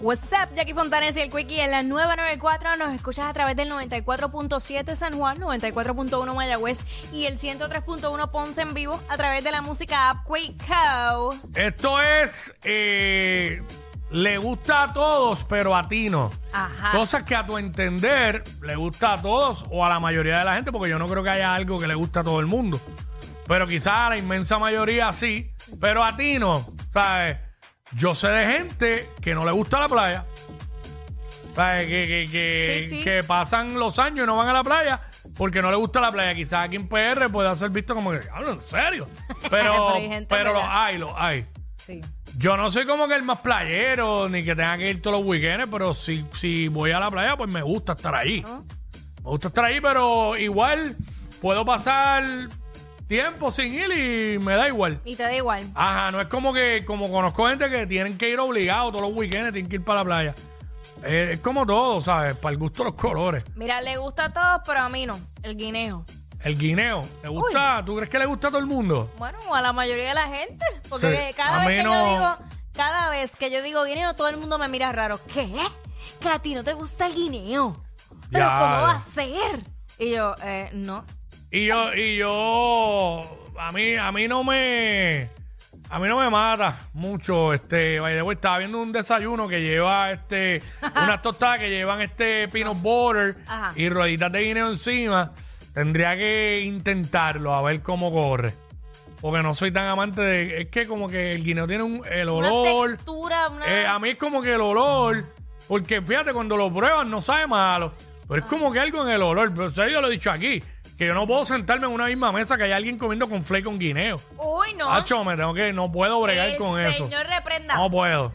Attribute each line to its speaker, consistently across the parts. Speaker 1: What's up, Jackie Fontanes y el Quickie en la 994. Nos escuchas a través del 94.7 San Juan, 94.1 Mayagüez y el 103.1 Ponce en vivo a través de la música app Quicko.
Speaker 2: Esto es. eh, le gusta a todos, pero a ti no.
Speaker 1: Ajá.
Speaker 2: Cosas que a tu entender le gusta a todos o a la mayoría de la gente, porque yo no creo que haya algo que le gusta a todo el mundo. Pero quizás a la inmensa mayoría sí, pero a ti no. ¿Sabes? Yo sé de gente que no le gusta la playa. ¿Sabes? Que, que- que-
Speaker 1: Sí, sí.
Speaker 2: que pasan los años y no van a la playa porque no le gusta la playa. Quizás aquí en PR pueda ser visto como que, hablo en serio.
Speaker 1: Pero
Speaker 2: Pero,
Speaker 1: hay gente,
Speaker 2: pero los
Speaker 1: ¿verdad?
Speaker 2: hay, los hay.
Speaker 1: Sí.
Speaker 2: Yo no soy como que el más playero, ni que tenga que ir todos los weekends, pero si, si voy a la playa, pues me gusta estar ahí. Me gusta estar ahí, pero igual puedo pasar tiempo sin ir y me da igual.
Speaker 1: Y te da igual.
Speaker 2: Ajá, no es como que, como conozco gente que tienen que ir obligado todos los weekends, tienen que ir para la playa. Eh, es como todo, ¿sabes? Para el gusto de los colores.
Speaker 1: Mira, le gusta a todos, pero a mí no. El guineo.
Speaker 2: El guineo, ¿le gusta? ¿Tú crees que le gusta a todo el mundo?
Speaker 1: Bueno, a la mayoría de la gente. Porque
Speaker 2: Sí.
Speaker 1: cada
Speaker 2: A
Speaker 1: vez que
Speaker 2: menos-
Speaker 1: yo digo, cada vez que yo digo guineo, todo el mundo me mira raro. ¿Qué? ¿Que a ti no te gusta el guineo? ¿Pero
Speaker 2: Ya.
Speaker 1: cómo va a ser? Y yo, eh, no.
Speaker 2: Y yo, y yo, a mí, a mí no me, a mí no me mata mucho, este, by the way, estaba viendo un desayuno que lleva, este, unas tostadas que llevan, este, peanut butter
Speaker 1: Ajá.
Speaker 2: y rueditas de guineo encima. Tendría que intentarlo, a ver cómo corre. Porque no soy tan amante de, es que como que el guineo tiene un, el
Speaker 1: Una
Speaker 2: olor.
Speaker 1: textura, una...
Speaker 2: Eh, a mí es como que el olor, porque fíjate, cuando lo pruebas no sabe malo, pero
Speaker 1: Ah.
Speaker 2: es como que algo en el olor. Pero o sea, yo lo he dicho aquí, que yo no puedo sentarme en una misma mesa que hay alguien comiendo con flake con guineo.
Speaker 1: Uy, no. Eh,
Speaker 2: Hacho, me tengo que, no puedo bregar
Speaker 1: El
Speaker 2: con eso.
Speaker 1: señor reprenda.
Speaker 2: No puedo.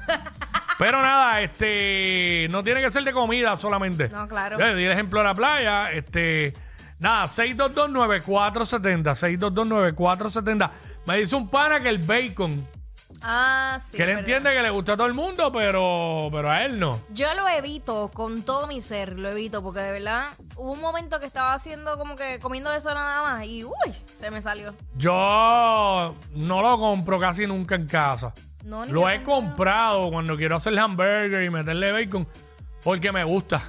Speaker 2: Pero nada, este, no tiene que ser de comida solamente.
Speaker 1: No, claro.
Speaker 2: Yo le di el ejemplo de la playa, este, nada, 6229470, 6229470. Me dice un pana que el bacon,
Speaker 1: Ah, sí.
Speaker 2: que él
Speaker 1: es verdad.
Speaker 2: entiende que le gusta a todo el mundo, pero, pero a él no.
Speaker 1: Yo lo evito con todo mi ser, lo evito, porque de verdad hubo un momento que estaba haciendo como que comiendo eso nada más y uy, se me salió.
Speaker 2: Yo no lo compro casi nunca en casa.
Speaker 1: No, ni
Speaker 2: lo
Speaker 1: yo
Speaker 2: he comprado cuando quiero hacer hamburger y meterle bacon porque me gusta.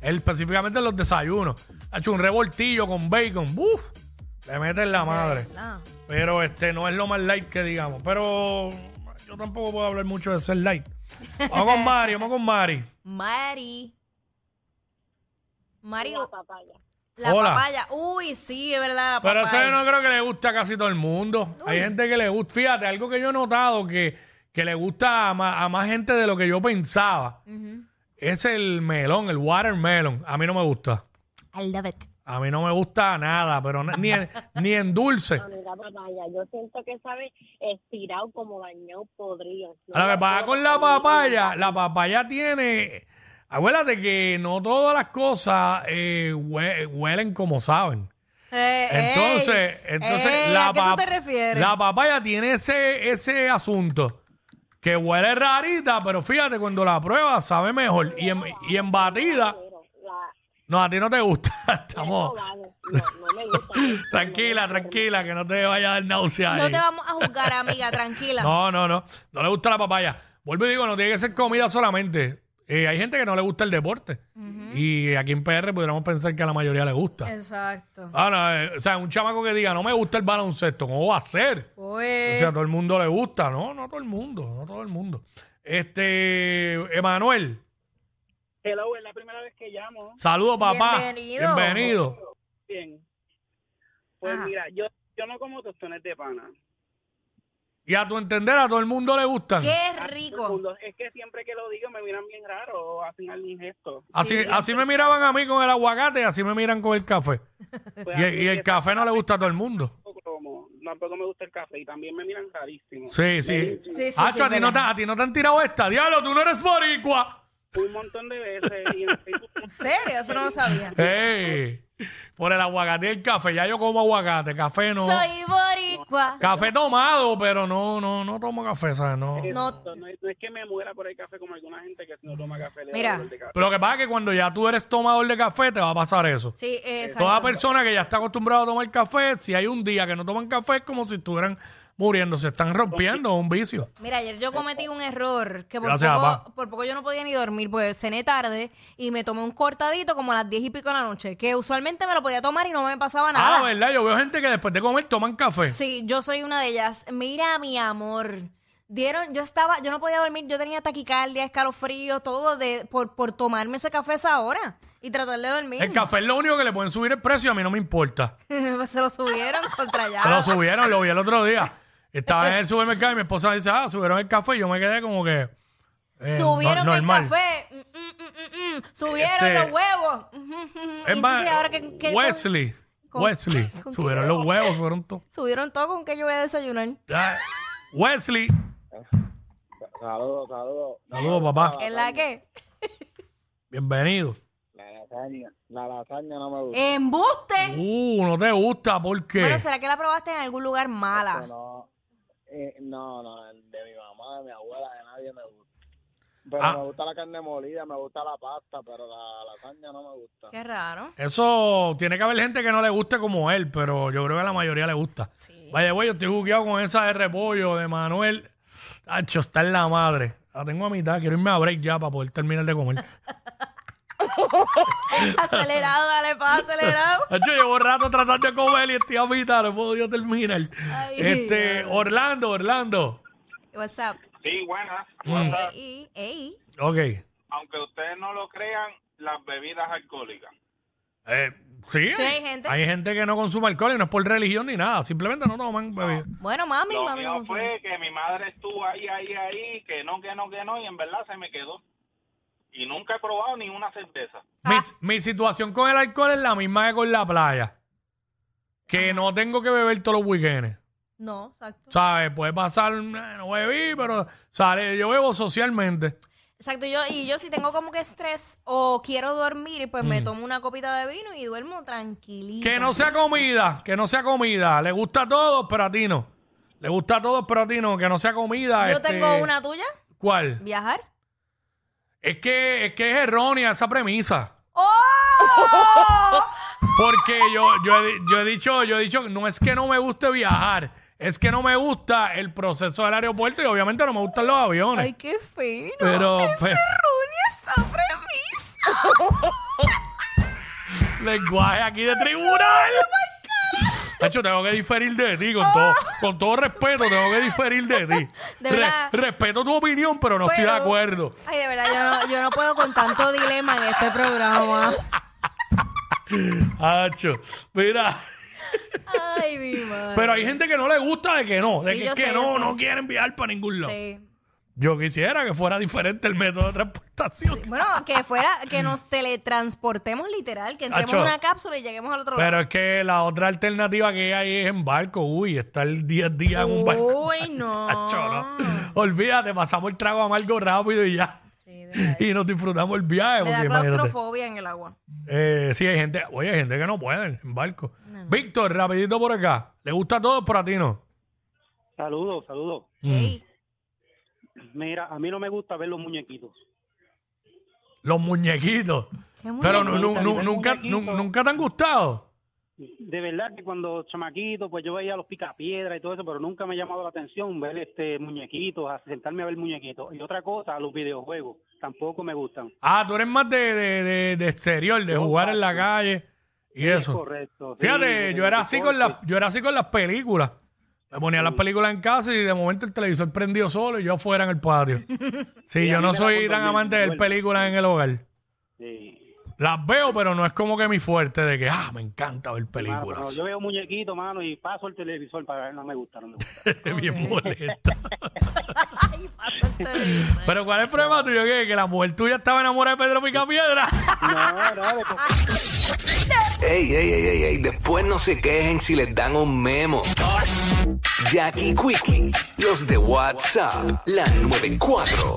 Speaker 2: El- específicamente en los desayunos. Ha hecho un revoltillo con bacon. ¡Buf! Le meten la madre.
Speaker 1: De verdad.
Speaker 2: Pero este no es lo más light que digamos. Pero yo tampoco puedo hablar mucho de ser light. Vamos con Mari, vamos con Mari.
Speaker 1: Mari. Mari.
Speaker 3: La papaya.
Speaker 1: La
Speaker 2: Hola.
Speaker 1: papaya. Uy, sí, es verdad, la
Speaker 2: Pero
Speaker 1: papaya.
Speaker 2: eso yo no creo que le gusta a casi todo el mundo. Hay
Speaker 1: Uy.
Speaker 2: gente que le gusta. Fíjate, algo que yo he notado que, que le gusta a ma- a más, gente de lo que yo pensaba
Speaker 1: Ujú.
Speaker 2: es el melón, el watermelon. A mí no me gusta.
Speaker 1: I love it.
Speaker 2: A mí no me gusta nada, pero na- ni en, ni en dulce.
Speaker 3: A mí la papaya. Yo siento que sabe estirado como bañado podrido. No
Speaker 2: Ahora
Speaker 3: la
Speaker 2: que pasa
Speaker 3: puedo
Speaker 2: con la
Speaker 3: comer.
Speaker 2: papaya, la papaya tiene. Acuérdate que no todas las cosas eh, hue- huelen como saben.
Speaker 1: Eh,
Speaker 2: Entonces,
Speaker 1: ey,
Speaker 2: entonces
Speaker 1: ey,
Speaker 2: la,
Speaker 1: ¿A qué
Speaker 2: pap-
Speaker 1: tú te refieres?
Speaker 2: la papaya tiene ese, ese asunto que huele rarita, pero fíjate, cuando la pruebas sabe mejor. Y en, y en batida,
Speaker 3: Pero la-
Speaker 2: no, a ti no te gusta. Estamos.
Speaker 3: no, vale. No, no me gusta.
Speaker 2: Tranquila, tranquila, que no te vaya a dar náusea.
Speaker 1: no
Speaker 2: ahí.
Speaker 1: te vamos a juzgar, amiga, tranquila.
Speaker 2: No, no, no. No le gusta la papaya. Vuelvo y digo, no tiene que ser comida solamente. Eh, hay gente que no le gusta el deporte. Y aquí en PR pudiéramos pensar que a la mayoría le gusta.
Speaker 1: Exacto.
Speaker 2: Ah, no, eh, o sea, un chamaco que diga, no me gusta el baloncesto, ¿cómo va a ser? O
Speaker 1: Uy.
Speaker 2: sea, a todo el mundo le gusta, ¿no? No todo el mundo, no todo el mundo. Este, Emanuel,
Speaker 4: Hello, es la primera vez que llamo.
Speaker 2: saludos papá.
Speaker 1: Bienvenido.
Speaker 2: Bienvenido.
Speaker 4: Bien. Pues
Speaker 1: Ajá.
Speaker 4: mira, yo, yo no como tostones de pana.
Speaker 2: Y a tu entender, a todo el mundo le gustan.
Speaker 1: Qué
Speaker 4: Todo el
Speaker 1: rico.
Speaker 4: mundo- Es que siempre que lo digo me miran bien raro o hacen algún gesto.
Speaker 2: Así,
Speaker 1: Sí.
Speaker 2: así me miraban a mí con el aguacate y así me miran con el café.
Speaker 4: Pues
Speaker 2: Y,
Speaker 4: a mí
Speaker 2: y el
Speaker 4: esa-
Speaker 2: café no le gusta a todo el mundo.
Speaker 4: Tampoco, como, tampoco me gusta el café y también me miran rarísimo.
Speaker 2: Sí, sí.
Speaker 1: Sí, sí, sí,
Speaker 2: Hacho, a, ti Ah, no
Speaker 1: verdad.
Speaker 2: te, a ti no te han tirado esta. Diablo, tú no eres boricua.
Speaker 4: Un montón de veces. Y en Facebook-
Speaker 1: ¿En serio? Eso no lo sabía.
Speaker 2: Ey, por el aguacate y el café. Ya yo como aguacate. Café no.
Speaker 1: Soy boricua.
Speaker 2: Café tomado, pero no, no, no tomo café, ¿sabes? No.
Speaker 1: No.
Speaker 4: Exacto, no es no es que me muera por el café como alguna gente que si no toma café le da
Speaker 1: Mira.
Speaker 4: dolor de cabeza.
Speaker 2: Pero lo que pasa es que cuando ya tú eres tomador de café, te va a pasar eso.
Speaker 1: Sí, exacto.
Speaker 2: Toda persona que ya está acostumbrada a tomar café, si hay un día que no toman café, es como si estuvieran muriendo, se están rompiendo, es un vicio.
Speaker 1: Mira, ayer yo cometí un error que por,
Speaker 2: Gracias,
Speaker 1: poco,
Speaker 2: papá.
Speaker 1: por poco yo no podía ni dormir, pues cené tarde y me tomé un cortadito como a las 10 y pico de la noche, que usualmente me lo podía tomar y no me pasaba
Speaker 2: Ah,
Speaker 1: nada.
Speaker 2: la verdad, yo veo gente que después de comer toman café.
Speaker 1: Sí, yo soy una de ellas. Mira, mi amor. Dieron, yo estaba, yo no podía dormir, yo tenía taquicardia, escalofrío, todo de, por, por tomarme ese café a esa hora y tratar de dormir.
Speaker 2: El café es lo único que le pueden subir el precio, a mí no me importa.
Speaker 1: Pues se lo subieron contra allá.
Speaker 2: Se lo subieron, lo vi el otro día. Estaba en el supermercado y mi esposa dice, ah, subieron el café. Y yo me quedé como que. eh,
Speaker 1: Subieron
Speaker 2: no-
Speaker 1: el
Speaker 2: normal.
Speaker 1: café, Mm, mm, mm, mm, mm. subieron
Speaker 2: Este,
Speaker 1: los huevos. Y
Speaker 2: Es más,
Speaker 1: entonces ahora que, que-
Speaker 2: Wesley.
Speaker 1: con-
Speaker 2: Wesley.
Speaker 1: con qué
Speaker 2: subieron los huevos, fueron todos.
Speaker 1: subieron todo con que yo voy a desayunar.
Speaker 2: Ah, Wesley.
Speaker 5: Saludos, saludos.
Speaker 2: Saludos, papá.
Speaker 1: ¿Es la que?
Speaker 2: Bienvenido.
Speaker 5: La lasaña. La lasaña no me gusta.
Speaker 1: ¡Embuste!
Speaker 2: Uh, no te gusta, ¿por qué?
Speaker 1: Bueno, ¿será que la probaste en algún lugar mala?
Speaker 5: No, eh, no, no, de mi mamá, de mi abuela, de nadie me gusta. Pero
Speaker 2: Ah.
Speaker 5: me gusta la carne molida, me gusta la pasta, pero la lasaña no me gusta.
Speaker 1: Qué raro.
Speaker 2: Eso tiene que haber gente que no le guste como él, pero yo creo que a la mayoría le gusta.
Speaker 1: Sí.
Speaker 2: Vaya, güey, yo estoy jugueado con esa de repollo de Manuel. Tacho, está en la madre. La tengo a mitad, quiero irme a break ya para poder terminar de comer.
Speaker 1: acelerado, dale pa, acelerado.
Speaker 2: Tacho, llevo rato tratando de comer y estoy a mitad, no he podido terminar.
Speaker 1: Ay.
Speaker 2: este, Orlando, Orlando.
Speaker 1: What's up?
Speaker 4: Sí, buenas.
Speaker 2: Mm,
Speaker 1: Ey, ey.
Speaker 2: ok. Eh,
Speaker 4: Aunque ustedes no lo crean, las bebidas alcohólicas.
Speaker 2: Eh, ¿sí?
Speaker 1: Sí, hay gente.
Speaker 2: Hay gente que no consume alcohol y no es por religión ni nada, simplemente no toman bebida.
Speaker 1: Bueno, mami,
Speaker 4: Lo
Speaker 1: mami.
Speaker 4: mío
Speaker 1: no consume.
Speaker 4: fue que mi madre estuvo ahí, ahí, ahí, que no, que no, que no, y en verdad se me quedó. Y nunca he probado ni una cerveza.
Speaker 2: Mi,
Speaker 1: Ah.
Speaker 2: mi situación con el alcohol es la misma que con la playa. Que no tengo que beber todos los weekends.
Speaker 1: No, exacto.
Speaker 2: ¿Sabes? Puede pasar, "Eh, no bebí, pero sale, yo bebo socialmente.
Speaker 1: Exacto, yo, y yo si tengo como que estrés o quiero dormir, pues me tomo una copita de vino y duermo tranquilita.
Speaker 2: Mm. Que no sea comida, que no sea comida. Le gusta a todos, pero a ti no. Le gusta a todos, pero a ti no. Que no sea comida.
Speaker 1: Yo
Speaker 2: este,
Speaker 1: tengo una tuya,
Speaker 2: ¿Cuál?
Speaker 1: viajar.
Speaker 2: Es que, es que es errónea esa premisa.
Speaker 1: ¡Oh!
Speaker 2: Porque yo, yo, he, yo he dicho, yo he dicho, no es que no me guste viajar, es que no me gusta el proceso del aeropuerto y obviamente no me gustan los aviones.
Speaker 1: Ay, qué fino.
Speaker 2: Pero,
Speaker 1: ¡Qué
Speaker 2: pues-
Speaker 1: cerruña esa premisa.
Speaker 2: lenguaje aquí de tribunal.
Speaker 1: oh
Speaker 2: Hacho, tengo que diferir de ti, con, todo, con todo respeto, tengo que diferir de ti.
Speaker 1: De verdad.
Speaker 2: respeto tu opinión, pero no estoy de
Speaker 1: Pero-
Speaker 2: acuerdo.
Speaker 1: Ay, de verdad, yo no, yo no puedo con tanto dilema en este programa.
Speaker 2: Hacho, mira,
Speaker 1: Ay, mi madre.
Speaker 2: pero hay gente que no le gusta de que no, de
Speaker 1: Sí,
Speaker 2: que,
Speaker 1: yo
Speaker 2: es que
Speaker 1: sé, yo
Speaker 2: no,
Speaker 1: sé.
Speaker 2: no quieren viajar para ningún lado.
Speaker 1: Sí.
Speaker 2: Yo quisiera que fuera diferente el método de transportación.
Speaker 1: Bueno, que fuera, que nos teletransportemos literal, que entremos en
Speaker 2: Acho.
Speaker 1: una cápsula y lleguemos al otro
Speaker 2: Pero es que la otra alternativa que hay es en barco. Uy, estar 10 días en
Speaker 1: lado.
Speaker 2: un barco.
Speaker 1: Uy, no.
Speaker 2: Acho, no. Olvídate, pasamos el trago amargo rápido y ya.
Speaker 1: Sí, de verdad.
Speaker 2: Y nos disfrutamos el viaje.
Speaker 1: Me da
Speaker 2: porque imagínate.
Speaker 1: claustrofobia en el agua.
Speaker 2: Eh, sí, hay gente, oye, hay gente que no puede en barco. Víctor, rapidito por acá. ¿Le gusta todo pero a ti no?
Speaker 6: Saludos, saludos.
Speaker 2: Mm.
Speaker 1: Ey.
Speaker 6: Mira, a mí no me gusta ver los muñequitos.
Speaker 2: Los muñequitos.
Speaker 1: Qué
Speaker 2: Pero nu-
Speaker 1: muñequito.
Speaker 2: nu- nu- nunca, nu-
Speaker 6: muñequito.
Speaker 2: nunca te han gustado.
Speaker 6: De verdad que cuando chamaquito, pues yo veía los picapiedras y todo eso, pero nunca me ha llamado la atención ver este muñequitos, a- sentarme a ver muñequitos. Y otra cosa, los videojuegos tampoco me gustan.
Speaker 2: Ah, tú eres más de, de- de- de exterior, de jugar en la calle y
Speaker 6: Es
Speaker 2: eso.
Speaker 6: correcto. sí,
Speaker 2: Ah. Fíjate,
Speaker 6: de
Speaker 2: yo era así con
Speaker 6: deporte.
Speaker 2: las, yo era así con las películas. Me ponía las películas en casa y de momento el televisor prendido solo y yo afuera en el patio. Sí,
Speaker 6: Sí, a
Speaker 2: yo
Speaker 6: mí
Speaker 2: no
Speaker 6: me la
Speaker 2: soy
Speaker 6: pongo
Speaker 2: tan
Speaker 6: bien,
Speaker 2: amante de ver
Speaker 6: duermo.
Speaker 2: películas en el hogar.
Speaker 6: Sí.
Speaker 2: Las veo, pero no es como que mi fuerte de que, ah, me encanta ver
Speaker 6: Mano, pero
Speaker 2: películas.
Speaker 6: yo veo muñequitos, mano, y paso el televisor para ver, no me gusta, no me gusta.
Speaker 2: Es bien molesto.
Speaker 1: Ay, pasó el televisor.
Speaker 2: pero ¿cuál es el problema tuyo? ¿Qué? Que la mujer tuya estaba enamorada de Pedro Picapiedra.
Speaker 6: No, no, de co-
Speaker 7: Ey, ey, ey, ey, ey, después no se quejen si les dan un memo. Jackie Quickie, los de WhatsApp, la 94.